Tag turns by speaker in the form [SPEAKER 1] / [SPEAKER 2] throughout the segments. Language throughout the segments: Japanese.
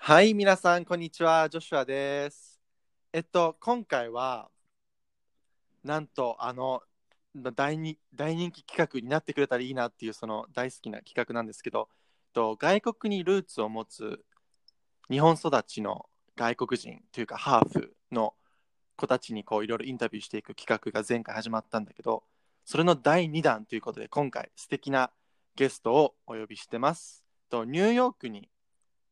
[SPEAKER 1] はい、皆さん、こんにちは。ジョシュアです。えっと、今回は、なんと、あの、大に大人気企画になってくれたらいいなっていう、その大好きな企画なんですけど、えっと外国にルーツを持つ日本育ちの外国人というか、ハーフの子たちにこういろいろインタビューしていく企画が前回始まったんだけど、それの第2弾ということで、今回、素敵なゲストをお呼びしてます。えっとニューヨークに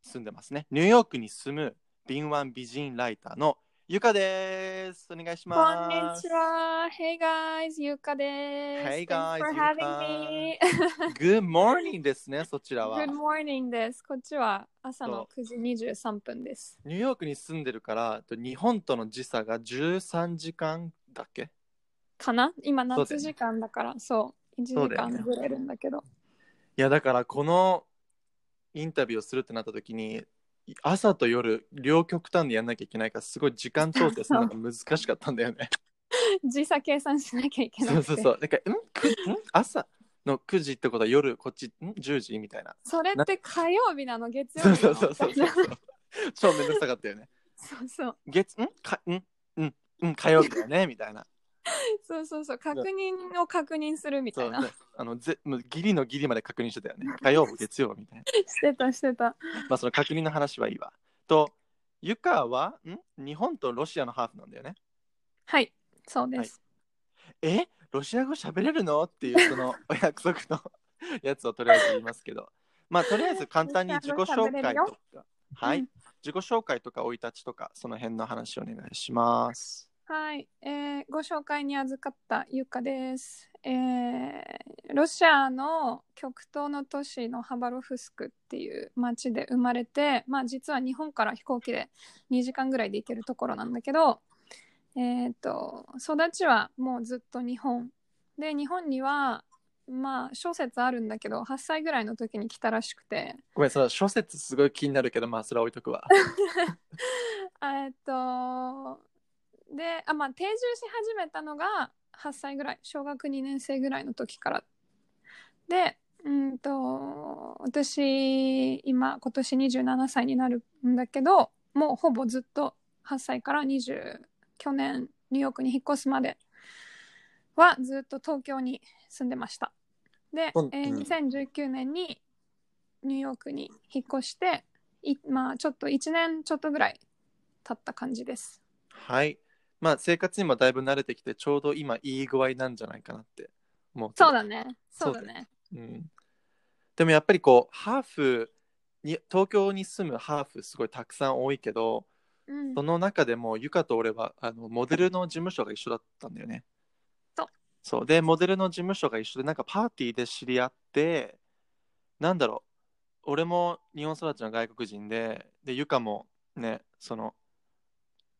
[SPEAKER 1] 住んでますね。ニューヨークに住む敏腕美人ライターのゆかです。お願いし
[SPEAKER 2] こ
[SPEAKER 1] ます。
[SPEAKER 2] んにちは。Hey guys, ゆかです。
[SPEAKER 1] Hey
[SPEAKER 2] Thanks
[SPEAKER 1] guys,
[SPEAKER 2] for
[SPEAKER 1] ゆ
[SPEAKER 2] having
[SPEAKER 1] か
[SPEAKER 2] me.
[SPEAKER 1] Good morning ですね、そちらは
[SPEAKER 2] Good。morning です。こっちは朝の
[SPEAKER 1] そ
[SPEAKER 2] 9時23分です。
[SPEAKER 1] ニューヨークに住んでるから、えっと日本との時差が13時間だっけ
[SPEAKER 2] かな今
[SPEAKER 1] そうだ
[SPEAKER 2] 夏
[SPEAKER 1] よね
[SPEAKER 2] 時間だから、そう。1時
[SPEAKER 1] そうだよ
[SPEAKER 2] 間
[SPEAKER 1] ね
[SPEAKER 2] ずれるんだけど。
[SPEAKER 1] いや、だからこのインタビューをするってなった時に、朝と夜、両極端でやんなきゃいけないから、すごい時間調整するのが難しかったんだよね。
[SPEAKER 2] 時差計算しなきゃいけな
[SPEAKER 1] そう
[SPEAKER 2] くて。
[SPEAKER 1] そうそう。なんか、んくん朝の9時ってことは夜、こっち、ん ?10 時みたいな。
[SPEAKER 2] それって火曜日なの月
[SPEAKER 1] そ
[SPEAKER 2] 曜
[SPEAKER 1] う
[SPEAKER 2] 日な
[SPEAKER 1] そ
[SPEAKER 2] の
[SPEAKER 1] うそうそう
[SPEAKER 2] みたいな
[SPEAKER 1] 超めんどくさかったよね。
[SPEAKER 2] そうそう
[SPEAKER 1] 月、んか、んうん、うん、火曜日だよね、みたいな。
[SPEAKER 2] そうそうそう確認を確認するみた
[SPEAKER 1] そ
[SPEAKER 2] いうな。
[SPEAKER 1] ね。あの、ぜ、もうギリのギリまで確認してた よね。火曜日、月曜日みたいな。
[SPEAKER 2] してたしてた。
[SPEAKER 1] まあ、その確認の話はいいわ。と、ゆかは、ん日本とロシアのハーフなんだよね。
[SPEAKER 2] はい、そうです。
[SPEAKER 1] はいえロシア語喋れるのっていう、そのお約束の やつをとりあえず言いますけど。まあ、とりあえず簡単に自己紹介とか、はい、
[SPEAKER 2] うん
[SPEAKER 1] 自己紹介とか生い立ちとか、その辺の話お願いします。
[SPEAKER 2] はい、えーご紹介に預かったゆかです、えーロシアの極東の都市のハバロフスクっていう町で生まれて、まあ、実は日本から飛行機で2時間ぐらいで行けるところなんだけど、えー、と育ちはもうずっと日本で日本にはまあ諸説あるんだけど8歳ぐらいの時に来たらしくて。
[SPEAKER 1] ごめん、その諸説すごい気になるけど、まあ、それは置いとくわ。
[SPEAKER 2] えっとであ、まあ、定住し始めたのが8歳ぐらい小学2年生ぐらいの時からでうんと私今今年27歳になるんだけどもうほぼずっと8歳から20去年ニューヨークに引っ越すまではずっと東京に住んでましたで、
[SPEAKER 1] うん
[SPEAKER 2] えー2019年にニューヨークに引っ越していまあちょっと1年ちょっとぐらい経った感じです
[SPEAKER 1] はい。まあ生活にもだいぶ慣れてきて、ちょうど今いい具合なんじゃないかなって思ってる
[SPEAKER 2] そうだねそうだね
[SPEAKER 1] うん、でもやっぱりこう、ハーフに、東京に住むハーフすごいたくさん多いけど、
[SPEAKER 2] うん
[SPEAKER 1] その中でもゆかと俺はあのモデルの事務所が一緒だったんだよね。
[SPEAKER 2] そう。
[SPEAKER 1] そう。で、モデルの事務所が一緒で、なんかパーティーで知り合って、なんだろう、俺も日本育ちの外国人で、で、ゆかもね、その、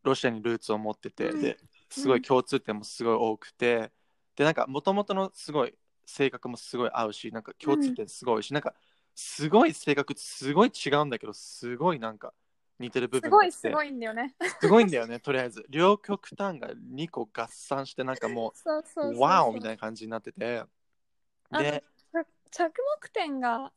[SPEAKER 1] ロシアにルーツを持ってて、
[SPEAKER 2] うん
[SPEAKER 1] で、すごい共通点もすごい多くて、で、なんか、もともとのすごい性格もすごい合うし、なんか共通点すごいし、なんか、すごい性格、すごい違うんだけど、すごいなんか、似てる部
[SPEAKER 2] す
[SPEAKER 1] 分があっ
[SPEAKER 2] ご
[SPEAKER 1] て
[SPEAKER 2] いすごいんだよね
[SPEAKER 1] すごいんだよね、とりあえず。両極端が2個合算して、なんかも
[SPEAKER 2] そうそう
[SPEAKER 1] う、
[SPEAKER 2] そうそう
[SPEAKER 1] ワオみたいな感じになってて。
[SPEAKER 2] あの
[SPEAKER 1] で、
[SPEAKER 2] 着目点が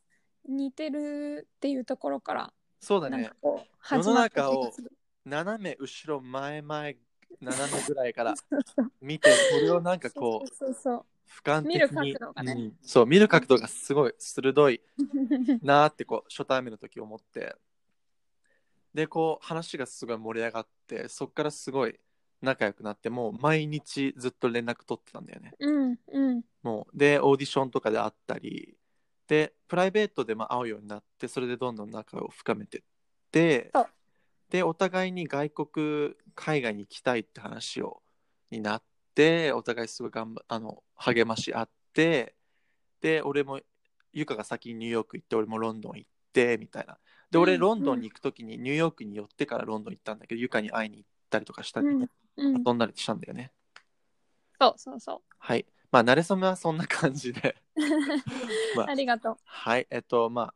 [SPEAKER 2] 似てるっていうところから
[SPEAKER 1] そうだ
[SPEAKER 2] なん
[SPEAKER 1] ね
[SPEAKER 2] か、こう始まった
[SPEAKER 1] 世の
[SPEAKER 2] 気
[SPEAKER 1] 中を
[SPEAKER 2] がする
[SPEAKER 1] 斜め後ろ前前、斜めぐらいから
[SPEAKER 2] そうそう
[SPEAKER 1] 見て、これをなんかこう、
[SPEAKER 2] そうそう
[SPEAKER 1] 俯瞰的に
[SPEAKER 2] 見る角度がね
[SPEAKER 1] うんそう、見る角度がすごい鋭い
[SPEAKER 2] そう
[SPEAKER 1] なーって、こう、初対面の時思って。で、こう、話がすごい盛り上がって、そっからすごい仲良くなって、もう毎日ずっと連絡取ってたんだよね。
[SPEAKER 2] うんうん
[SPEAKER 1] もうでオーディションとかで会ったりでプライベートでまあ会うようになってそれでどんどん仲を深めてって
[SPEAKER 2] そう
[SPEAKER 1] でお互いに外国海外に行きたいって話をになってお互いすごい頑張あの励まし合ってで俺もゆかが先にニューヨーク行って俺もロンドン行ってみたいなで俺
[SPEAKER 2] うん
[SPEAKER 1] ロンドンに行く時にニューヨークに寄ってからロンドン行ったんだけどゆかに会いに行ったりとかしたりね、
[SPEAKER 2] うん
[SPEAKER 1] 遊んだりしたんだよね
[SPEAKER 2] そうそうそ
[SPEAKER 1] はいまあ慣れ初めはそんな感じで
[SPEAKER 2] う
[SPEAKER 1] まあ
[SPEAKER 2] ありがとう
[SPEAKER 1] はい、えっと、まあ、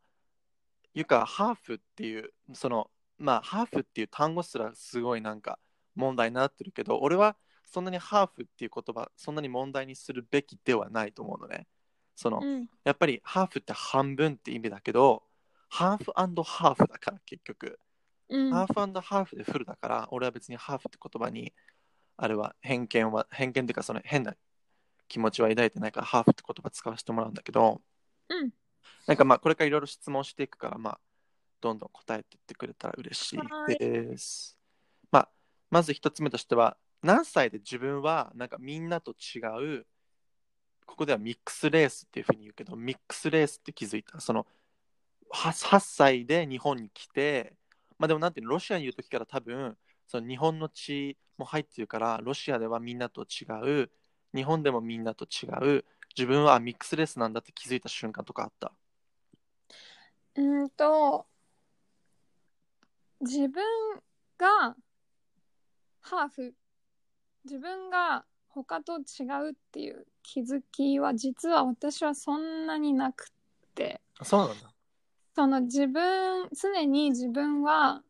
[SPEAKER 1] ゆか、ハーフっていう、その、まあ、ハーフっていう単語すらすごいなんか問題になってるけど、俺はそんなにハーフっていう言葉、そんなに問題にするべきではないと思うのね。その、
[SPEAKER 2] うん
[SPEAKER 1] やっぱりハーフって半分って意味だけど、ハーフハーフだから結局。
[SPEAKER 2] うん
[SPEAKER 1] ハーフハーフでフルだから、俺は別にハーフって言葉に、あれは偏見は、偏見っていうかその変な気持ちは抱いてないから、ハーフって言葉使わせてもらうんだけど、
[SPEAKER 2] うん
[SPEAKER 1] なんかまあこれからいろいろ質問していくから、まあ、どんどん答えていってくれたら嬉しいです。まあ、まず一つ目としては、何歳で自分はなんかみんなと違う、ここではミックスレースっていうふうに言うけど、ミックスレースって気づいた。その 8, 8歳で日本に来て、まあでもなんていうの、ロシアにいる時から多分、その日本の血も入ってるから、ロシアではみんなと違う、日本でもみんなと違う、自分はあミックスレースなんだって気づいた瞬間とかあった。
[SPEAKER 2] うーんと自分がハーフ自分が他と違うっていう気づきは実は私はそんなになくって
[SPEAKER 1] そうなんだ。
[SPEAKER 2] その自分常に自分は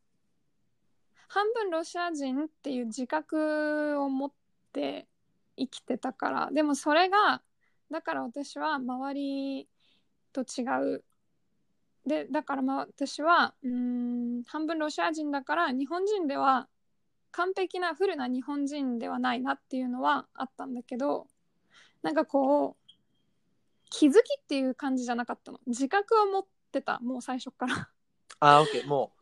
[SPEAKER 2] 半分ロシア人っていう自覚を持って生きてたからでもそれがだから私は周りと違うでだからまあ私はうーん半分ロシア人だから日本人では完璧なフルな日本人ではないなっていうのはあったんだけどなんかこう気づきっていう感じじゃなかったの自覚を持ってたもう最初から
[SPEAKER 1] あー、オッケー。も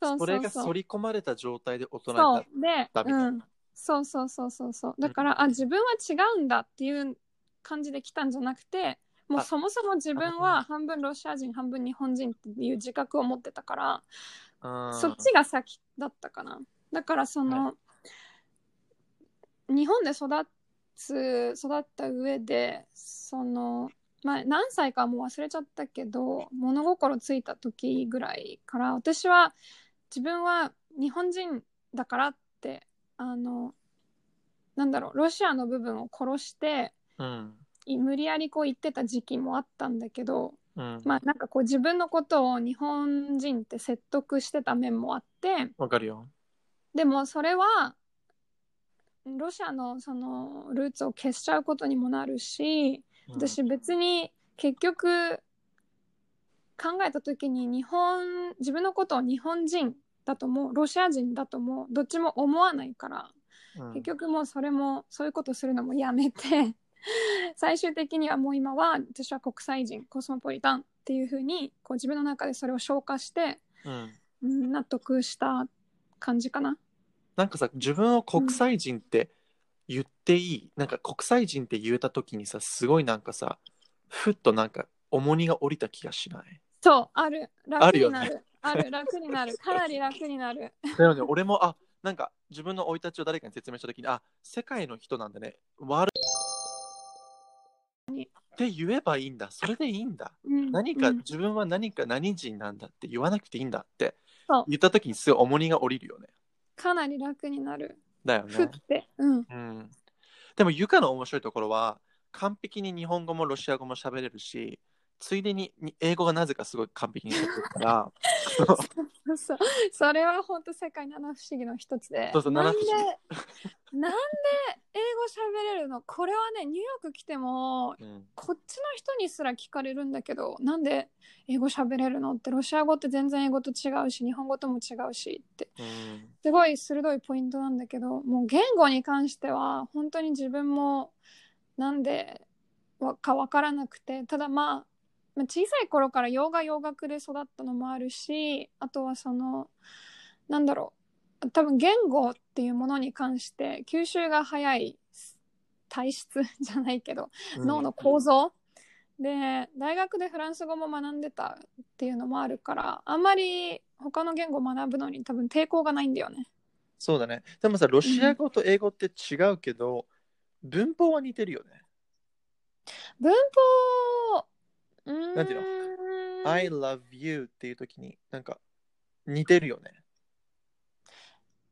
[SPEAKER 1] う、
[SPEAKER 2] そ
[SPEAKER 1] そ
[SPEAKER 2] うそ
[SPEAKER 1] れ
[SPEAKER 2] う
[SPEAKER 1] が
[SPEAKER 2] そ
[SPEAKER 1] 反
[SPEAKER 2] う
[SPEAKER 1] り込まれた状態で大人に
[SPEAKER 2] そ
[SPEAKER 1] な
[SPEAKER 2] う
[SPEAKER 1] っ
[SPEAKER 2] で
[SPEAKER 1] たみたいな。
[SPEAKER 2] うん、そうそうそうそうそうだから、あ自分は違うんだっていう感じで来たんじゃなくてもう
[SPEAKER 1] あ
[SPEAKER 2] そもそも自分
[SPEAKER 1] あ
[SPEAKER 2] は半分ロシア人半分日本人っていう自覚を持ってたから
[SPEAKER 1] あー
[SPEAKER 2] そっちが先だったかなだからその、日本で育つ育った上でその、まあ、何歳かはもう忘れちゃったけど物心ついた時ぐらいから私は自分は日本人だからってあのなんだろうロシアの部分を殺して
[SPEAKER 1] うん。
[SPEAKER 2] い無理やりこう言ってた時期もあったんだけど
[SPEAKER 1] うん。
[SPEAKER 2] まあなんかこう自分のことを日本人って説得してた面もあって
[SPEAKER 1] わかるよ。
[SPEAKER 2] でもそれはロシアのそのルーツを消しちゃうことにもなるし
[SPEAKER 1] うん
[SPEAKER 2] 私別に結局考えた時に日本自分のことを日本人だともロシア人だともどっちも思わないから
[SPEAKER 1] うん
[SPEAKER 2] 結局もうそれもそういうことするのもやめて 最終的にはもう今は私は国際人コスモポリタンっていうふうにこう自分の中でそれを消化して、
[SPEAKER 1] うん
[SPEAKER 2] うん、納得した感じかな。
[SPEAKER 1] なんかさ、自分を国際人って言っていい、なんか国際人って言えた時にさ、すごいなんかさ、ふっとなんか重荷が降りた気がしない。
[SPEAKER 2] そうある
[SPEAKER 1] ある
[SPEAKER 2] 楽に
[SPEAKER 1] よ
[SPEAKER 2] な
[SPEAKER 1] ね
[SPEAKER 2] るある楽になるかなり楽になる
[SPEAKER 1] だよね、俺も、あ、なんか自分の生い立ちを誰かに説明した時に、あ、世界の人なんだね。ワールド。って言えばいいんだ。それでいいんだ。
[SPEAKER 2] うん
[SPEAKER 1] 何か
[SPEAKER 2] うん
[SPEAKER 1] 自分は何か何人なんだって言わなくていいんだって
[SPEAKER 2] そう
[SPEAKER 1] 言った時にすごい重荷が降りるよね。
[SPEAKER 2] かなり楽になる
[SPEAKER 1] だよ
[SPEAKER 2] ふっ
[SPEAKER 1] ね。
[SPEAKER 2] てうん
[SPEAKER 1] うん、でもゆかの面白いところは完璧に日本語もロシア語も喋れるしついでにに英語がなぜかすごい完璧に喋れるから そう
[SPEAKER 2] そうそれは本当世界七不思議の一つで
[SPEAKER 1] そうそう
[SPEAKER 2] なんで
[SPEAKER 1] 七不思
[SPEAKER 2] なんで英語喋れるのこれはねニューヨーク来ても
[SPEAKER 1] うん
[SPEAKER 2] こっちの人にすら聞かれるんだけどなんで英語喋れるのってロシア語って全然英語と違うし日本語とも違うしって
[SPEAKER 1] うん
[SPEAKER 2] すごい鋭いポイントなんだけどもう言語に関しては本当に自分もなんでわか分からなくてただまあまあ小さい頃から洋画洋楽で育ったのもあるしあとはそのなんだろう多分言語っていうものに関して吸収が早い体質じゃないけど脳の構造、で大学でフランス語も学んでたっていうのもあるからあんまり他の言語を学ぶのに多分抵抗がないんだよね。
[SPEAKER 1] そうだねでもさロシア語と英語って違うけど、文法は似てるよね。
[SPEAKER 2] 文法うーん
[SPEAKER 1] なんていう I love you っていう時になんか似てるよね。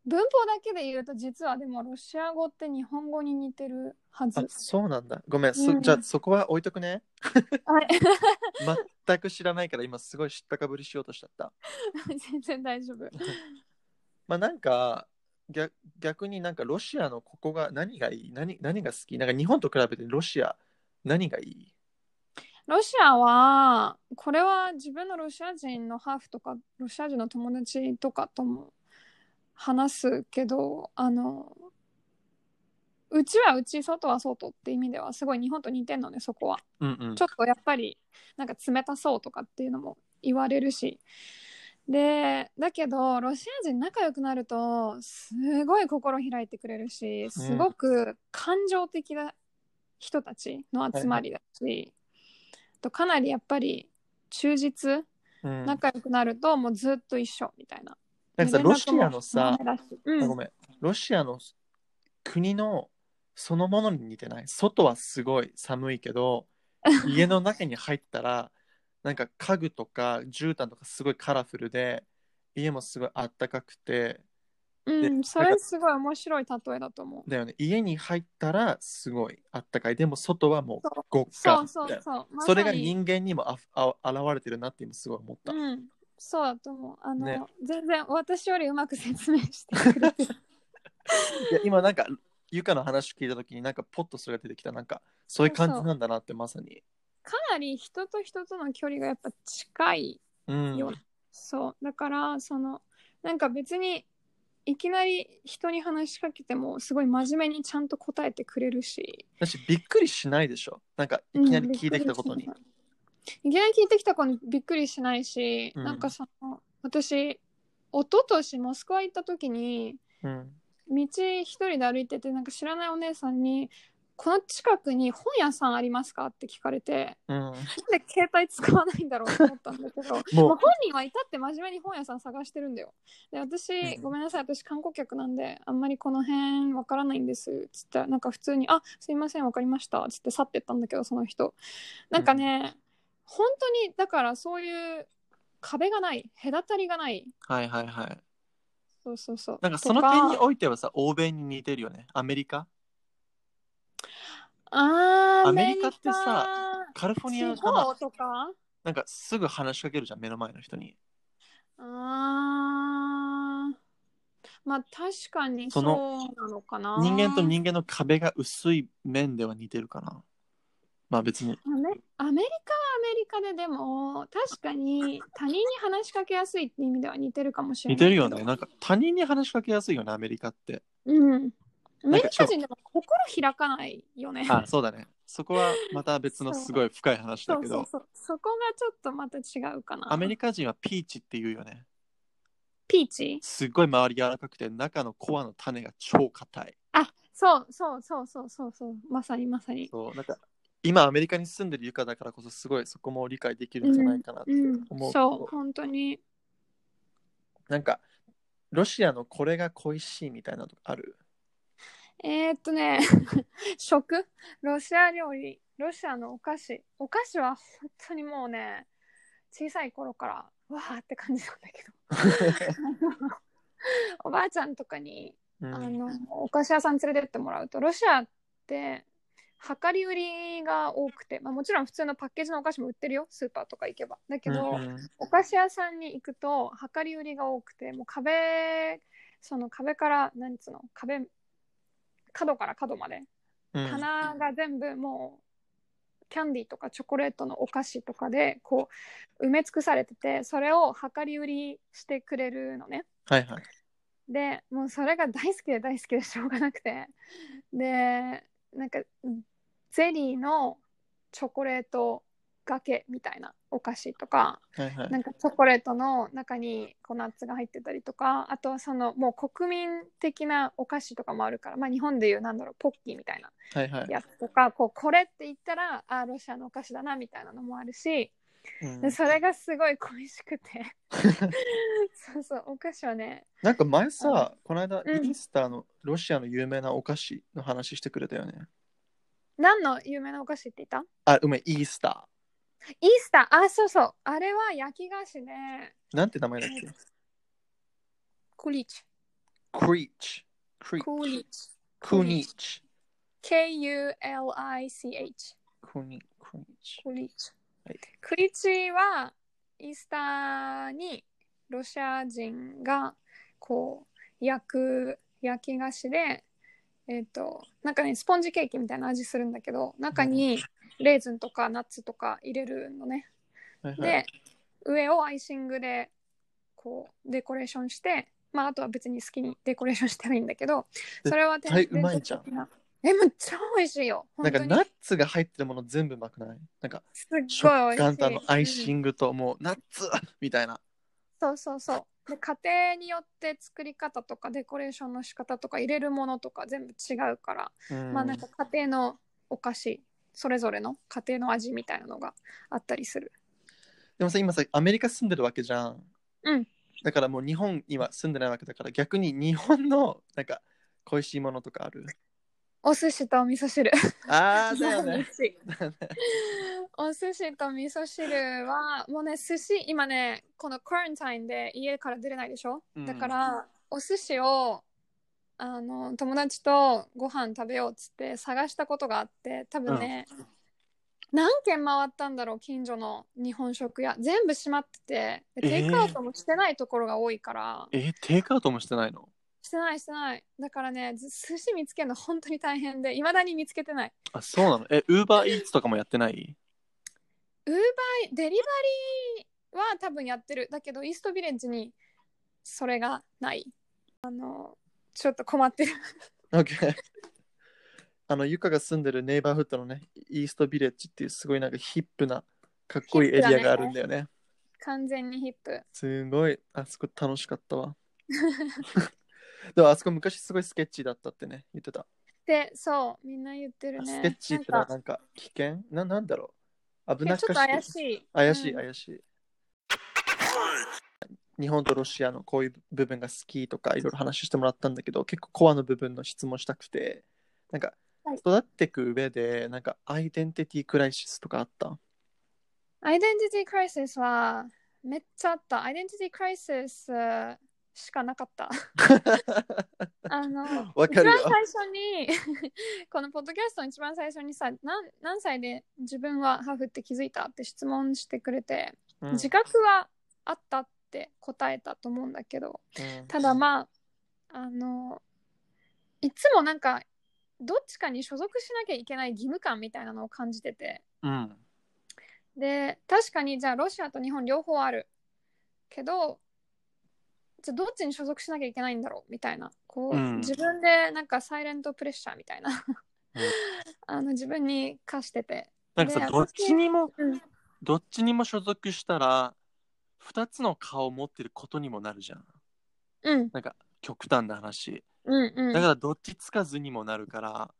[SPEAKER 2] 文法だけで言うと実はでもロシア語って日本語に似てるはず
[SPEAKER 1] あ。そうなんだ。ごめん、そ
[SPEAKER 2] うん
[SPEAKER 1] じゃあそこは置いとくね。
[SPEAKER 2] はい、
[SPEAKER 1] 全く知らないから今すごい知ったかぶりしようとしちゃった。
[SPEAKER 2] 全然大丈夫。
[SPEAKER 1] まあなんか逆逆になんかロシアのここが何がいい何何が好きなんか日本と比べてロシア何がいい
[SPEAKER 2] ロシアは、これは自分のロシア人のハーフとか、ロシア人の友達とかとも話すけど、あの、うちはうち、外は外って意味では、すごい日本と似てんのね、そこは。
[SPEAKER 1] うんうん
[SPEAKER 2] ちょっとやっぱりなんか冷たそうとかっていうのも言われるしでだけどロシア人仲良くなるとすごい心開いてくれるしすごく感情的な人たちの集まりだし、とかなりやっぱり忠実
[SPEAKER 1] うんなんか
[SPEAKER 2] 仲良くなるともうずっと一緒みたいな。
[SPEAKER 1] さ
[SPEAKER 2] で
[SPEAKER 1] ロシアのさ、
[SPEAKER 2] 連絡も少なめだしうん
[SPEAKER 1] あごめんロシアの国のそのものに似てない外はすごい寒いけ ど家の中に入ったらなんか家具とか絨毯とかすごいカラフルで家もすごいあったかくて
[SPEAKER 2] うん、それすごい面白い例えだと思う。
[SPEAKER 1] だよね家に入ったらすごいあったかいでも外はもう
[SPEAKER 2] そう
[SPEAKER 1] 極
[SPEAKER 2] そ
[SPEAKER 1] 寒
[SPEAKER 2] うそう
[SPEAKER 1] みたいな
[SPEAKER 2] そう。まさ
[SPEAKER 1] それが
[SPEAKER 2] に
[SPEAKER 1] 人間にもあふあ現れてるなって今すごい思った、
[SPEAKER 2] うん、そうだと思う。あの、
[SPEAKER 1] ね
[SPEAKER 2] 全然私よりうまく説明してくれ て。
[SPEAKER 1] いや今なんかゆかの話聞いた時になんかポッとそれが出てきたなんかそういう感じなんだなってまさに
[SPEAKER 2] かなり人と人との距離がやっぱ近い。
[SPEAKER 1] うん
[SPEAKER 2] よそう。だから、その、なんか別に、いきなり人に話しかけても、すごい真面目にちゃんと答えてくれるし。
[SPEAKER 1] だしびっくりしないでしょなんかいきなり聞いてきたことに、
[SPEAKER 2] うんいきなり聞いてきたことにびっくりしないし、
[SPEAKER 1] うん
[SPEAKER 2] なんかその、私、一昨年モスクワ行った時に、
[SPEAKER 1] うん
[SPEAKER 2] 道一人で歩いててなんか知らないお姉さんに「この近くに本屋さんありますか?」って聞かれて
[SPEAKER 1] うん、
[SPEAKER 2] なんで携帯使わないんだろうと思った んだけどもう
[SPEAKER 1] も
[SPEAKER 2] 本人は至って真面目に本屋さん探してるんだよで私
[SPEAKER 1] うん
[SPEAKER 2] ごめんなさい私観光客なんであんまりこの辺わからないんですつったらなんか普通に「あすいませんわかりました」つって去ってったんだけどその人なんかね、本当にだからそういう壁がない隔たりがないう
[SPEAKER 1] はいはいはい
[SPEAKER 2] そうそうそう
[SPEAKER 1] なんかその
[SPEAKER 2] と
[SPEAKER 1] 点においてはさ欧米に似てるよねアメリカ
[SPEAKER 2] あー
[SPEAKER 1] アメリカってさ
[SPEAKER 2] アメリカ
[SPEAKER 1] カリフォルニアの
[SPEAKER 2] 地
[SPEAKER 1] たま
[SPEAKER 2] 方とか
[SPEAKER 1] なんかすぐ話しかけるじゃん目の前の人に
[SPEAKER 2] あーまあ確かにそ
[SPEAKER 1] そうの
[SPEAKER 2] なのかな
[SPEAKER 1] 人間と人間の壁が薄い面では似てるかなまあ別に
[SPEAKER 2] アメアメリカはアメリカででも確かに他人に話しかけやすいって意味では似てるかもしれな
[SPEAKER 1] 似
[SPEAKER 2] いけど
[SPEAKER 1] てるよねなんか他人に話しかけやすいよねアメリカって
[SPEAKER 2] うんア
[SPEAKER 1] な
[SPEAKER 2] メ
[SPEAKER 1] ん
[SPEAKER 2] リ
[SPEAKER 1] か
[SPEAKER 2] カ人でも心開かないよね
[SPEAKER 1] あ そうだねそこはまた別のすごい深い話だ
[SPEAKER 2] そ
[SPEAKER 1] け
[SPEAKER 2] うそう
[SPEAKER 1] ど
[SPEAKER 2] そうそこがちょっとまた違うかな
[SPEAKER 1] アメリカ人はピーチって言うよね
[SPEAKER 2] ピーチ
[SPEAKER 1] すっごい周り柔らかくて中のコアの種が超硬い
[SPEAKER 2] あそうそうそうそうそうそうまさにまさに
[SPEAKER 1] そうなんか今アメリカに住んでるゆかだからこそすごいそこも理解できるんじゃないかなって
[SPEAKER 2] うん
[SPEAKER 1] 思う,、
[SPEAKER 2] そう本当に
[SPEAKER 1] なんかロシアのこれが恋しいみたいなのある
[SPEAKER 2] えー、っとね、 食ロシア料理、ロシアのお菓子。お菓子は本当にもうね、小さい頃から、わーって感じなんだけど。おばあちゃんとかに、
[SPEAKER 1] う
[SPEAKER 2] あ
[SPEAKER 1] ん
[SPEAKER 2] の、お菓子屋さん連れてってもらうと、ロシアって、量り売りが多くて、まあ、もちろん普通のパッケージのお菓子も売ってるよ、スーパーとか行けば。だけど、
[SPEAKER 1] うん
[SPEAKER 2] お菓子屋さんに行くと量り売りが多くてもう壁その壁からなんつうの壁角から角まで
[SPEAKER 1] うん
[SPEAKER 2] 棚が全部もうキャンディーとかチョコレートのお菓子とかでこう埋め尽くされててそれを量り売りしてくれるのね。
[SPEAKER 1] はいはい
[SPEAKER 2] でもうそれが大好きで大好きでしょうがなくてでなんかゼリーのチョコレートがけみたいなお菓子とか
[SPEAKER 1] はいはい
[SPEAKER 2] なんかチョコレートの中にこうナッツが入ってたりとかあとはそのもう国民的なお菓子とかもあるから、まあ、日本でいうなんだろうポッキーみたいな
[SPEAKER 1] はいはい
[SPEAKER 2] やつとかこうこれって言ったらあーロシアのお菓子だなみたいなのもあるし
[SPEAKER 1] うん
[SPEAKER 2] でそれがすごい恋し くてそうそうお菓子はね
[SPEAKER 1] なんか前さこの間
[SPEAKER 2] うん
[SPEAKER 1] イースターのロシアの有名なお菓子の話してくれたよね
[SPEAKER 2] 何の有名なお菓子って言った
[SPEAKER 1] あごめんイースタ
[SPEAKER 2] イースターあそうそうあれは焼き菓子で
[SPEAKER 1] ーなんて名前だっけ
[SPEAKER 2] クリーチ
[SPEAKER 1] クリーチクリーチ
[SPEAKER 2] クリーチ
[SPEAKER 1] クニーチ
[SPEAKER 2] KULICH
[SPEAKER 1] クニクニーチ
[SPEAKER 2] クリチ。
[SPEAKER 1] はい
[SPEAKER 2] クリチはイースターにロシア人がこう焼く焼き菓子でえっ、となんかねスポンジケーキみたいな味するんだけど中にレーズンとかナッツとか入れるのね
[SPEAKER 1] はいはい
[SPEAKER 2] で上をアイシングでこうデコレーションしてまああとは別に好きにデコレーションしたらいいんだけどそれは
[SPEAKER 1] 絶対うまいじゃん
[SPEAKER 2] 伝統的なえめっちゃ美味しいよ
[SPEAKER 1] な
[SPEAKER 2] 本
[SPEAKER 1] ん
[SPEAKER 2] 当
[SPEAKER 1] か
[SPEAKER 2] に
[SPEAKER 1] ナッツが入ってるもの全部うまくないなんか
[SPEAKER 2] すっごい美味しい
[SPEAKER 1] 食感とあのアイ
[SPEAKER 2] ン
[SPEAKER 1] シングともうナッツみたいな。
[SPEAKER 2] そうそうそうで家庭によって作り方とかデコレーションの仕方とか入れるものとか全部違うから
[SPEAKER 1] うん
[SPEAKER 2] まあなんか家庭のお菓子それぞれの家庭の味みたいなのがあったりする。
[SPEAKER 1] でもさ今さアメリカ住んでるわけじゃん。
[SPEAKER 2] うん
[SPEAKER 1] だからもう日本今住んでないわけだから逆に日本のなんか恋しいものとかある
[SPEAKER 2] お寿司とお味噌汁。
[SPEAKER 1] ああだ よね。
[SPEAKER 2] お寿司と味噌汁はもうね寿司今ねこのクアランタインで家から出れないでしょ、
[SPEAKER 1] うん
[SPEAKER 2] だからお寿司をあの友達とご飯食べようっつって探したことがあって多分ね、何軒回ったんだろう近所の日本食屋全部閉まっててで
[SPEAKER 1] えー
[SPEAKER 2] テイクアウトもしてないところが多いから、
[SPEAKER 1] えテイクアウトもしてないの
[SPEAKER 2] してないしてないだからねず寿司見つけるの本当に大変でいまだに見つけてない
[SPEAKER 1] あそうなのえウーバーイーツとかもやってない
[SPEAKER 2] ウーバーデリバリーは多分やってるだけどイーストビレッジにそれがないあのちょっと困ってる
[SPEAKER 1] ?OK。あのゆかが住んでるネイバーフッドのねイーストビレッジっていうすごいなんかヒップなかっこいいエリアがあるんだよね。
[SPEAKER 2] 完全にヒップ
[SPEAKER 1] すごいあそこ楽しかった わ。でもあそこ昔すごいスケッチーだったってね言ってた。
[SPEAKER 2] でそうみんな言ってる
[SPEAKER 1] ス
[SPEAKER 2] ね
[SPEAKER 1] ケッチーってのは
[SPEAKER 2] なんか
[SPEAKER 1] なんか危険ななんだろう危
[SPEAKER 2] い
[SPEAKER 1] な
[SPEAKER 2] や
[SPEAKER 1] っ
[SPEAKER 2] ちょ
[SPEAKER 1] か
[SPEAKER 2] っと怪し
[SPEAKER 1] い。
[SPEAKER 2] い
[SPEAKER 1] 怪しい、
[SPEAKER 2] うん
[SPEAKER 1] 怪しい。日本とロシアのこういう部分が好きとかいろいろ話してもらったんだけど結構コアの部分の質問したくてなんか
[SPEAKER 2] はい
[SPEAKER 1] 育っていく上でなんかアイデンティティクライシスとかあった
[SPEAKER 2] アイデンティティクライシスはめっちゃあったアイデンティティクライシスしかなかった あの
[SPEAKER 1] わかるよ
[SPEAKER 2] 一番最初に このポッドキャストの一番最初にさ何何歳で自分はハーフって気づいたって質問してくれて、
[SPEAKER 1] うん
[SPEAKER 2] 自覚はあったって答えたと思うんだけど
[SPEAKER 1] うん
[SPEAKER 2] ただまああのいつもなんかどっちかに所属しなきゃいけない義務感みたいなのを感じてて
[SPEAKER 1] うん
[SPEAKER 2] で確かにじゃあロシアと日本両方あるけどじゃあどっちに所属しなきゃいけないんだろうみたいなこう、
[SPEAKER 1] うん
[SPEAKER 2] 自分でなんかサイレントプレッシャーみたいな、
[SPEAKER 1] うん
[SPEAKER 2] あの自分に課してて
[SPEAKER 1] なんかさ
[SPEAKER 2] ね
[SPEAKER 1] どっちにも、
[SPEAKER 2] うん
[SPEAKER 1] どっちにも所属したら2つの顔を持ってることにもなるじゃん
[SPEAKER 2] うん
[SPEAKER 1] なんか極端な話
[SPEAKER 2] うんうん
[SPEAKER 1] だからどっちつかずにもなるから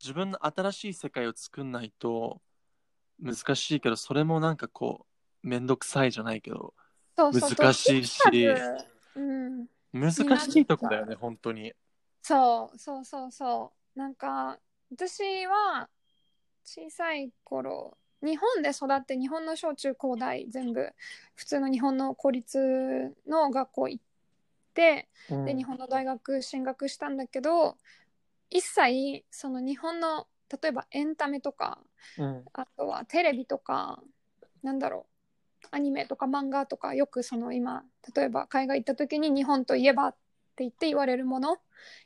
[SPEAKER 1] 自分の新しい世界を作んないと難しいけどそれもなんかこうめんどくさいじゃないけど
[SPEAKER 2] そうそう
[SPEAKER 1] 難しいし
[SPEAKER 2] どっちつかずうん、
[SPEAKER 1] 難しいとこだよね本当に
[SPEAKER 2] そうそうそうそうなんか私は小さい頃日本で育って日本の小中高大全部普通の日本の公立の学校行ってで日本の大学進学したんだけど一切その日本の例えばエンタメとか
[SPEAKER 1] うん
[SPEAKER 2] あとはテレビとかなんだろうアニメとか漫画とかよくその今例えば海外行った時に日本といえばって言って言われるもの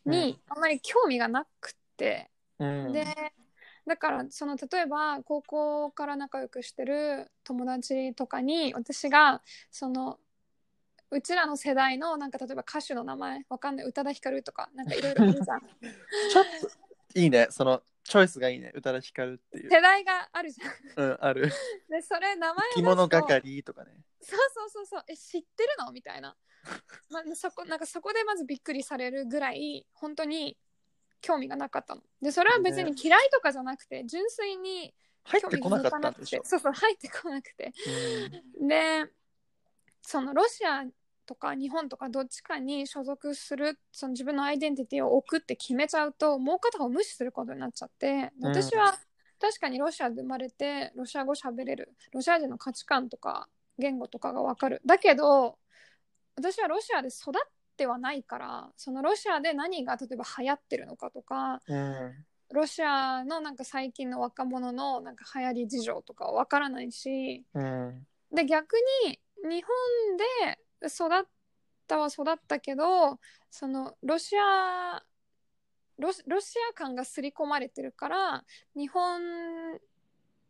[SPEAKER 2] にあんまり興味がなくって、
[SPEAKER 1] うん
[SPEAKER 2] でだからその例えば高校から仲良くしてる友達とかに私がそのうちらの世代のなんか例えば歌手の名前わかんない宇多田ヒカルとかなんかいろいろある じゃん
[SPEAKER 1] ちょっといいねそのチョイスがいいね宇多田ヒカルっていう、
[SPEAKER 2] 世代があるじゃん
[SPEAKER 1] うん、ある
[SPEAKER 2] でそれ名前を出すと
[SPEAKER 1] 着物係とかね
[SPEAKER 2] そうそうそうそうえ知ってるのみたいな、まあ、そこなんかそこでまずびっくりされるぐらい本当に興味がなかったのでそれは別に嫌いとかじゃなくて、純粋に
[SPEAKER 1] 入
[SPEAKER 2] 興
[SPEAKER 1] って
[SPEAKER 2] 味
[SPEAKER 1] こ
[SPEAKER 2] が
[SPEAKER 1] なかっ
[SPEAKER 2] 向
[SPEAKER 1] た
[SPEAKER 2] かなんく
[SPEAKER 1] で
[SPEAKER 2] て
[SPEAKER 1] しょ、
[SPEAKER 2] そうそう入ってこなくてでそのロシアとか日本とかどっちかに所属するその自分のアイデンティティを置くって決めちゃうともう片方を無視することになっちゃって
[SPEAKER 1] うん
[SPEAKER 2] 私は確かにロシアで生まれてロシア語喋れるロシア人の価値観とか言語とかがわかるだけど私はロシアで育ってはないからそのロシアで何が例えば流行ってるのかとか
[SPEAKER 1] うんうん
[SPEAKER 2] ロシアのなんか最近の若者のなんか流行り事情とかわからないし
[SPEAKER 1] うん
[SPEAKER 2] で逆に日本で育ったは育ったけどそのロシアロシロシア感が刷り込まれてるから日本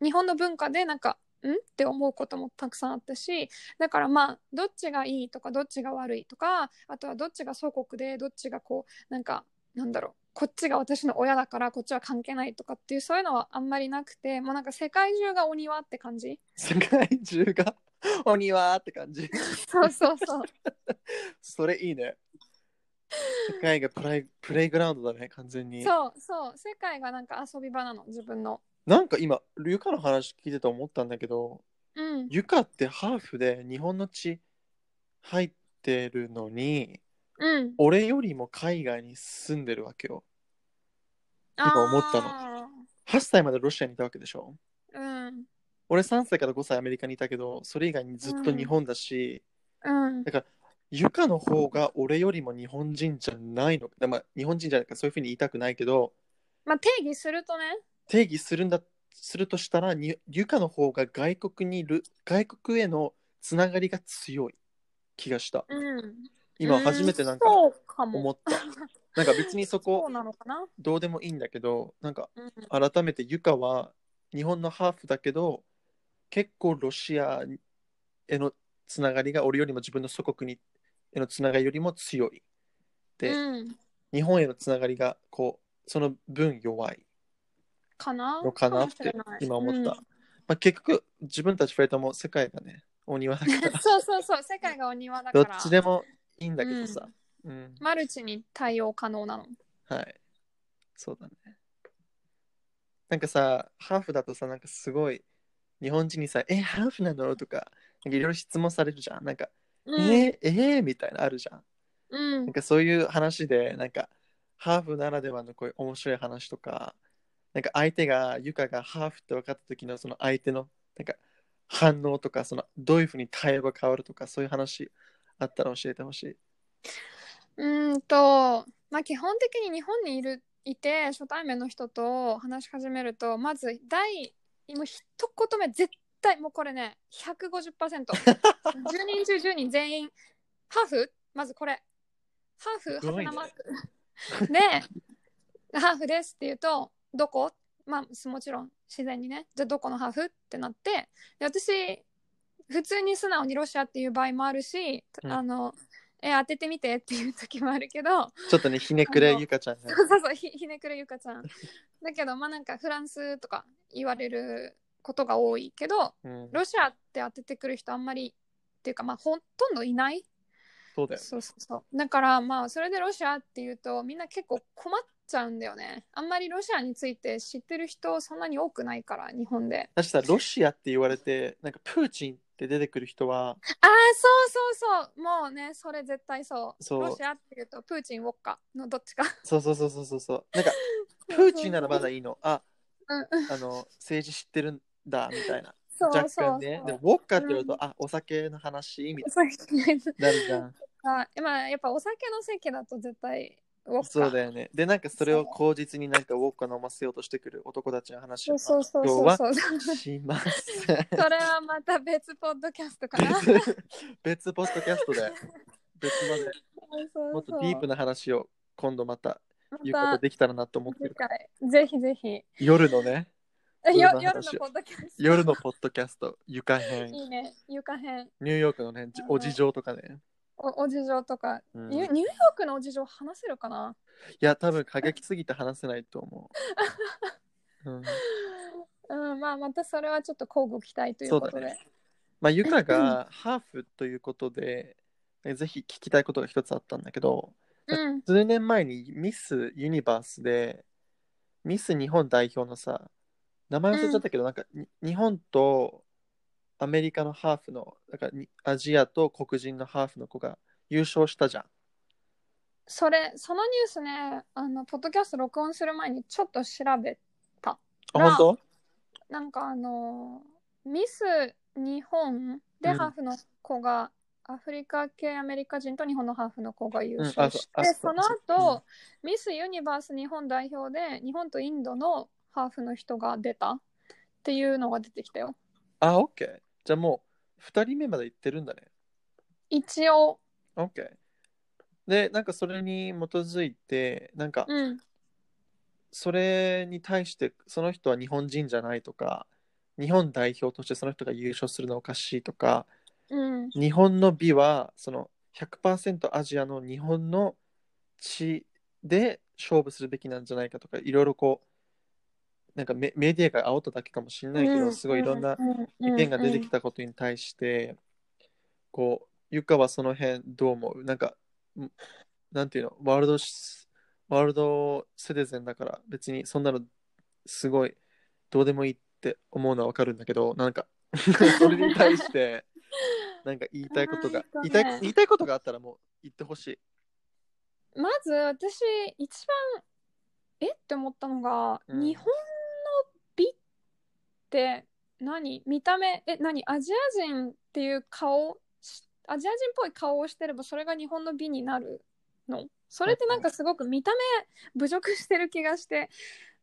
[SPEAKER 2] 日本の文化でなんかんって思うこともたくさんあったしだからまあどっちがいいとかどっちが悪いとかあとはどっちが祖国でどっちがこうなんかなんだろうこっちが私の親だからこっちは関係ないとかっていうそういうのはあんまりなくてもうなんか世界中がお庭って感じ
[SPEAKER 1] 世界中がお庭って感じ
[SPEAKER 2] そうそうそう
[SPEAKER 1] それいいね世界がプライプレイグラウンドだね完全に
[SPEAKER 2] そうそう世界がなんか遊び場なの自分の
[SPEAKER 1] なんか今ゆかの話聞いてて思ったんだけど
[SPEAKER 2] うん
[SPEAKER 1] ゆかってハーフで日本の血入ってるのに
[SPEAKER 2] うん
[SPEAKER 1] 俺よりも海外に住んでるわけよ今思ったの
[SPEAKER 2] あ
[SPEAKER 1] 8歳までロシアにいたわけでしょ
[SPEAKER 2] ーうん
[SPEAKER 1] 俺3歳から5歳アメリカにいたけどそれ以外にずっと日本だし、
[SPEAKER 2] うん
[SPEAKER 1] ゆかの方が俺よりも日本人じゃないの、まあ、日本人じゃないからそういうふうに言いたくないけど
[SPEAKER 2] まあ定義するとね
[SPEAKER 1] 定義するんだするとしたらにゆかの方が外国にいる外国へのつながりが強い気がした
[SPEAKER 2] うん
[SPEAKER 1] 今初めてなんか
[SPEAKER 2] そうかも
[SPEAKER 1] 思った、なんか別にそ
[SPEAKER 2] そ
[SPEAKER 1] こ
[SPEAKER 2] うなのかな
[SPEAKER 1] どうでもいいんだけどなんか
[SPEAKER 2] うん
[SPEAKER 1] 改めてゆかは日本のハーフだけど結構ロシアへのつながりが俺よりも自分の祖国にへのつながりよりも強いで、
[SPEAKER 2] うん
[SPEAKER 1] 日本へのつながりがこうその分弱い
[SPEAKER 2] かな
[SPEAKER 1] のかなっ
[SPEAKER 2] もしてれない
[SPEAKER 1] 今思った、
[SPEAKER 2] うん
[SPEAKER 1] まあ、結局自分たち2人とも世界がねお庭だ から
[SPEAKER 2] そうそうそう世界がお庭だか
[SPEAKER 1] ど
[SPEAKER 2] ら
[SPEAKER 1] っちでもいいんだけどさ、うん
[SPEAKER 2] マルチに対応可能なの
[SPEAKER 1] はいそうだねなんかさハーフだとさなんかすごい日本人にさ「えハーフなの?」とかなんかいろいろ質問されるじゃんなんか「
[SPEAKER 2] うん
[SPEAKER 1] えー、えーみたいなあるじゃん
[SPEAKER 2] う
[SPEAKER 1] なん
[SPEAKER 2] ん
[SPEAKER 1] かそういう話で、なんか、ハーフならではのこういう面白い話とか、なんか相手が、ユカがハーフって分かった時のその相手の、なんか反応とか、そのどういうふうに対応が変わるとか、そういう話あったら教えてほしい。
[SPEAKER 2] うーんとまあ基本的に日本にいるいて初対面の人と話し始めるとまず第もう一言目絶対もうこれね150%10 人中10人全員ハーフまずこれハー
[SPEAKER 1] す
[SPEAKER 2] フハ
[SPEAKER 1] ご
[SPEAKER 2] テ
[SPEAKER 1] いね
[SPEAKER 2] ナマークでハーフですって言うとどこまあすもちろん自然にねじゃあどこのハーフってなってで私普通に素直にロシアっていう場合もあるし、
[SPEAKER 1] うん
[SPEAKER 2] あのえ当ててみてっていう時もあるけど
[SPEAKER 1] ちょっとね、ひねくれ
[SPEAKER 2] あの
[SPEAKER 1] ユカちゃんね。
[SPEAKER 2] そうそうそうひひねくれゆかちゃんだけどまあなんかフランスとか言われることが多いけど
[SPEAKER 1] うん、
[SPEAKER 2] ロシアって当ててくる人あんまりっていうかまあほとんどいない
[SPEAKER 1] そうだよ。
[SPEAKER 2] そうそうそうだからまあそれでロシアっていうとみんな結構困っちゃうんだよねあんまりロシアについて知ってる人そんなに多くないから日本で
[SPEAKER 1] だしさ、ロシアって言われて、なんかプーチンって出てくる人は、
[SPEAKER 2] ああそうそうそうもうねそれ絶対そう
[SPEAKER 1] そう
[SPEAKER 2] ロシアっていうとプーチンウォッカのどっちか
[SPEAKER 1] そうそうそうそうそうそう、なん か、プーチンならまだいいの。あ、
[SPEAKER 2] うん
[SPEAKER 1] あの、政治知ってるんだ、みたいな。
[SPEAKER 2] そうそう
[SPEAKER 1] 若
[SPEAKER 2] そう
[SPEAKER 1] 干ね。でも、ウォッカって言うと、あ、お酒の話みたい
[SPEAKER 2] そう ですね
[SPEAKER 1] になるじゃん。
[SPEAKER 2] あまあやっぱお酒の席だと絶対ウォッカ
[SPEAKER 1] そうだよね。で、なんかそれを口実になんかウォッカ飲ませようとしてくる男たちの話
[SPEAKER 2] そ
[SPEAKER 1] を
[SPEAKER 2] うそうそう
[SPEAKER 1] 今日
[SPEAKER 2] そう
[SPEAKER 1] は
[SPEAKER 2] そう
[SPEAKER 1] します。別
[SPEAKER 2] それはまた別ポッドキャストかなそう
[SPEAKER 1] 別ポッドキャストで、別まで
[SPEAKER 2] そ う
[SPEAKER 1] もっとディープな話を今度また言うこ
[SPEAKER 2] ま
[SPEAKER 1] とできたらなと思って
[SPEAKER 2] 次
[SPEAKER 1] る。
[SPEAKER 2] 回ぜひぜひ
[SPEAKER 1] 夜のね、
[SPEAKER 2] え
[SPEAKER 1] 夜
[SPEAKER 2] よ
[SPEAKER 1] の話
[SPEAKER 2] 夜の
[SPEAKER 1] を
[SPEAKER 2] ポッドキャスト
[SPEAKER 1] 夜のポッドキャスト、床編、
[SPEAKER 2] いいね床編
[SPEAKER 1] ニューヨークのね、じお事情とかね。
[SPEAKER 2] おお事情とか、
[SPEAKER 1] うん
[SPEAKER 2] ニュ
[SPEAKER 1] い
[SPEAKER 2] ニューヨークのお事情話せるかな
[SPEAKER 1] や、多分過激すぎて話せないと思う。うん、
[SPEAKER 2] うんまあまたそれはちょっと交互期待ということ
[SPEAKER 1] そうだ
[SPEAKER 2] で
[SPEAKER 1] ねまあ、ゆかがハーフということで、ぜひ聞きたいことが一つあったんだけど、
[SPEAKER 2] うん
[SPEAKER 1] 数年前にミス・ユニバースでミス日本代表のさ名前忘れちゃったけど、なんかに日本とアメリカのハーフのなんかにアジアと黒人のハーフの子が優勝したじゃん
[SPEAKER 2] それそのニュースねあのポッドキャスト録音する前にちょっと調べ
[SPEAKER 1] あ
[SPEAKER 2] なあ
[SPEAKER 1] 本
[SPEAKER 2] なんかあのーミス日本で
[SPEAKER 1] うん
[SPEAKER 2] ハーフの子が、アフリカ系アメリカ人と日本のハーフの子が優
[SPEAKER 1] うんあ
[SPEAKER 2] 勝
[SPEAKER 1] そう
[SPEAKER 2] して、
[SPEAKER 1] あ
[SPEAKER 2] そ
[SPEAKER 1] そう
[SPEAKER 2] の
[SPEAKER 1] そう
[SPEAKER 2] 後、ミスユニバース日本代表で日本とインドのハーフの人が出たっていうのが出てきたよ
[SPEAKER 1] 当あオッケーじゃあもう2人目まで行ってるんだね
[SPEAKER 2] 一応
[SPEAKER 1] オッケーでなんかそれに基づいてなんか
[SPEAKER 2] うん
[SPEAKER 1] それに対してその人は日本人じゃないとか日本代表としてその人が優勝するのはおかしいとか
[SPEAKER 2] うん
[SPEAKER 1] 日本の美はその100%アジアの日本の地で勝負するべきなんじゃないかとかいろいろこうなんかメメディアが煽っただけかもしれないけど、すごいいろんな意見が出てきたことに対して、こうゆかはその辺どう思うなんかんなんていうのワールドシワールドセテゼンだから別にそんなのすごいどうでもいいって思うのはわかるんだけどなんかそれに対してなんか言いたいことが、
[SPEAKER 2] うん
[SPEAKER 1] 言いた
[SPEAKER 2] そうね
[SPEAKER 1] い言いたいことがあったらもう言ってほしい。
[SPEAKER 2] まず私一番えって思ったのが、
[SPEAKER 1] うん
[SPEAKER 2] 日本の美って何見た目え何アジア人っていう顔しアジア人っぽい顔をしてればそれが日本の美になるのそれってなんかすごく見た目侮辱してる気がして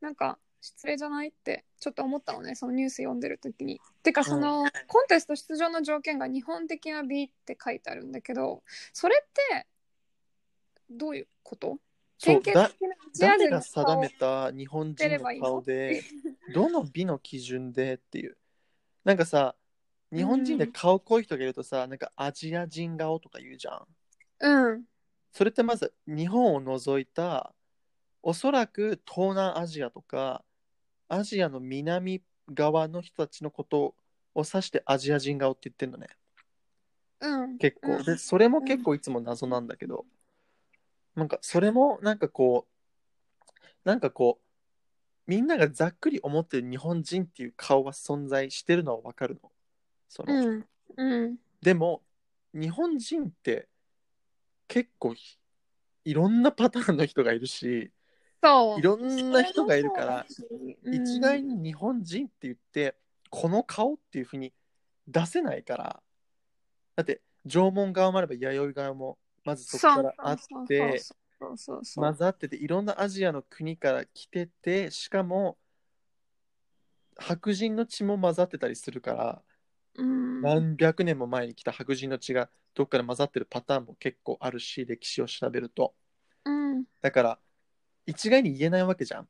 [SPEAKER 2] なんか失礼じゃないってちょっと思ったのねそのニュース読んでる時に。てかその、コンテスト出場の条件が日本的な美って書いてあるんだけどそれってどういうこと
[SPEAKER 1] そ
[SPEAKER 2] 典
[SPEAKER 1] う
[SPEAKER 2] 型
[SPEAKER 1] だ
[SPEAKER 2] 的なアジア
[SPEAKER 1] 誰
[SPEAKER 2] 人
[SPEAKER 1] が
[SPEAKER 2] の
[SPEAKER 1] 定
[SPEAKER 2] 顔
[SPEAKER 1] めた日本人の顔でどの美の基準でっていうなんかさ日本人で顔濃い人がいるとさ、なんかアジア人顔とか言うじゃん
[SPEAKER 2] うん
[SPEAKER 1] それってまず日本を除いたおそらく東南アジアとかアジアの南側の人たちのことを指してアジア人顔って言ってんのね
[SPEAKER 2] うん
[SPEAKER 1] 結
[SPEAKER 2] う
[SPEAKER 1] 構
[SPEAKER 2] ん
[SPEAKER 1] でそれも結構いつも謎なんだけど、なんかそれもなんかこうなんかこうみんながざっくり思ってる日本人っていう顔は存在してるのはわかるのその、
[SPEAKER 2] うんうん
[SPEAKER 1] でも日本人って結構ひいろんなパターンの人がいるし
[SPEAKER 2] そう
[SPEAKER 1] い
[SPEAKER 2] いろ
[SPEAKER 1] ろんな人がいるから、一概に日本人って言ってこの顔っていうふうに出せないからだって縄文側もあれば弥生側もまずそこからあって
[SPEAKER 2] そうそうそうそうそうそう、
[SPEAKER 1] 混ざってていろんなアジアの国から来ててしかも白人の血も混ざってたりするから
[SPEAKER 2] うん、
[SPEAKER 1] 何百年も前に来た白人の血がどっかで混ざってるパターンも結構あるし歴史を調べると
[SPEAKER 2] うん
[SPEAKER 1] だから一概に言えないわけじゃん。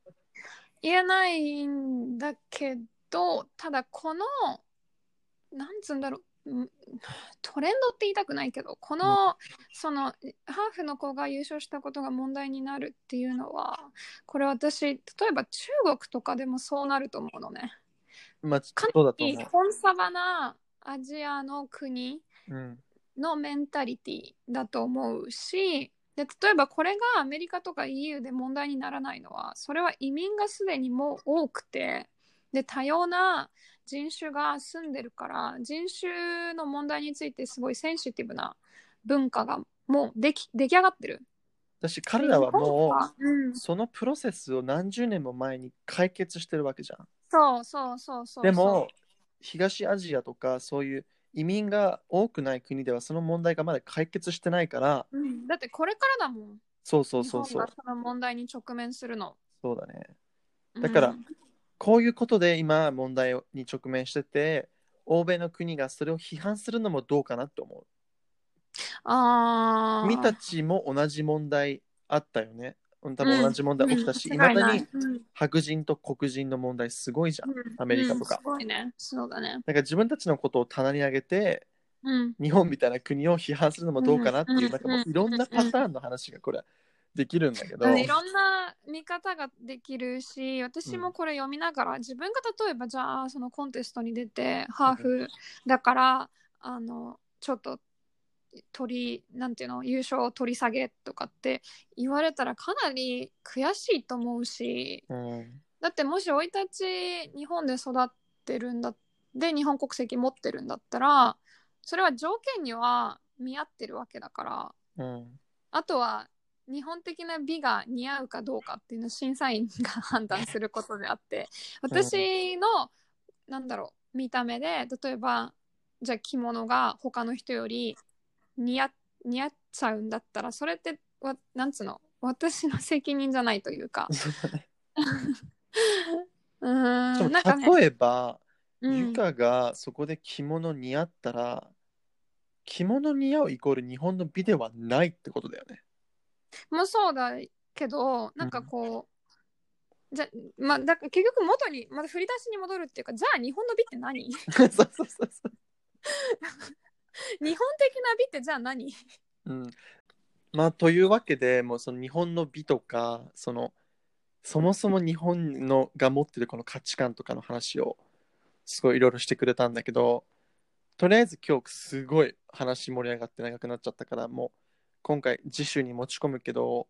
[SPEAKER 2] 言えないんだけどただこのなんつうんだろうんトレンドって言いたくないけどこの、そのハーフの子が優勝したことが問題になるっていうのはこれ私例えば中国とかでもそうなると思うのね。
[SPEAKER 1] まあ、
[SPEAKER 2] か
[SPEAKER 1] そうだと
[SPEAKER 2] い
[SPEAKER 1] 思
[SPEAKER 2] いコンサバなアジアの国
[SPEAKER 1] う。うん
[SPEAKER 2] のメンタリティだと思うしで例えばこれがアメリカとか EU で問題にならないのはそれは移民がすでにもう多くてで多様な人種が住んでるから人種の問題についてすごいセンシティブな文化がもうでき出来上がってる。
[SPEAKER 1] だし彼らはもう
[SPEAKER 2] うん、
[SPEAKER 1] そのプロセスを何十年も前に解決してるわけじゃん。
[SPEAKER 2] そうそうそうそう。
[SPEAKER 1] でも、東アジアとかそういう移民が多くない国ではその問題がまだ解決してないから
[SPEAKER 2] うん、だってこれからだもん。
[SPEAKER 1] そうそうそうそう
[SPEAKER 2] 日本がその問題に直面するの。
[SPEAKER 1] そうだねだから
[SPEAKER 2] うん
[SPEAKER 1] こういうことで今問題に直面してて欧米の国がそれを批判するのもどうかなと思
[SPEAKER 2] あ
[SPEAKER 1] う
[SPEAKER 2] あ。
[SPEAKER 1] 君たちも同じ問題あったよね多分同じ問題起きたし、
[SPEAKER 2] うん
[SPEAKER 1] い ま
[SPEAKER 2] 間違いな
[SPEAKER 1] だ
[SPEAKER 2] い
[SPEAKER 1] に白人と黒人の問題すごいじゃん、
[SPEAKER 2] うん
[SPEAKER 1] アメリカとか
[SPEAKER 2] うんすごいね。そうだね。
[SPEAKER 1] なんか自分たちのことを棚に上げて
[SPEAKER 2] うん。
[SPEAKER 1] 日本みたいな国を批判するのもどうかなっていう、
[SPEAKER 2] うん
[SPEAKER 1] なんかもういろんなパターンの話がこれできるんだけど、
[SPEAKER 2] いろんな見方ができるし私もこれ読みながら、自分が例えばじゃあそのコンテストに出てハーフだからあのちょっと取りなんていうの優勝を取り下げとかって言われたらかなり悔しいと思うし
[SPEAKER 1] うん
[SPEAKER 2] だってもし生い立ち日本で育ってるんだで日本国籍持ってるんだったらそれは条件には見合ってるわけだから
[SPEAKER 1] うん
[SPEAKER 2] あとは日本的な美が似合うかどうかっていうのを審査員が判断することであ って私の、なんだろう見た目で例えばじゃあ着物が他の人より似合似合っちゃうんだったらそれってわなんつうの私の責任じゃないというか うーんなんかね
[SPEAKER 1] 例えば、
[SPEAKER 2] うん
[SPEAKER 1] ゆかがそこで着物似合ったら着物似合うイコール日本の美では ないってことだよね。
[SPEAKER 2] もそうだけどなんかこう、じゃまあだから結局元にまた振り出しに戻るっていうかじゃあ日本の美って何日
[SPEAKER 1] そうそうそうそう。
[SPEAKER 2] 本的な美ってじゃあ何
[SPEAKER 1] うん、まあというわけでもうその日本の美とかそのそもそも日本のが持ってるこの価値観とかの話をすごいいろいろしてくれたんだけどとりあえず今日すごい話盛り上がって長くなっちゃったからもう今回次週に持ち込むけど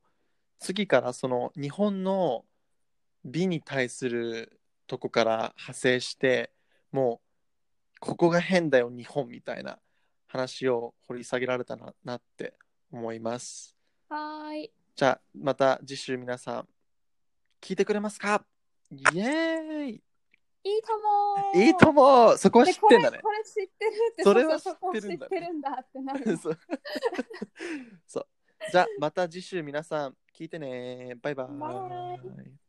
[SPEAKER 1] 次からその日本の美に対するとこから派生してもうここが変だよ日本みたいな話を掘り下げられたななって思います。
[SPEAKER 2] はーい
[SPEAKER 1] じゃあまた次週皆さん聞いてくれますかイエーイ
[SPEAKER 2] いいともー
[SPEAKER 1] いいともそこは知
[SPEAKER 2] で
[SPEAKER 1] っ
[SPEAKER 2] こ
[SPEAKER 1] て
[SPEAKER 2] れ
[SPEAKER 1] んだね
[SPEAKER 2] こ。れ知ってるって
[SPEAKER 1] それは
[SPEAKER 2] ううそこ
[SPEAKER 1] 知ってるんだね
[SPEAKER 2] 知ってるんだってなる
[SPEAKER 1] そうそうじゃあまた次週皆さん聞いてねバイバ
[SPEAKER 2] バイ
[SPEAKER 1] イ。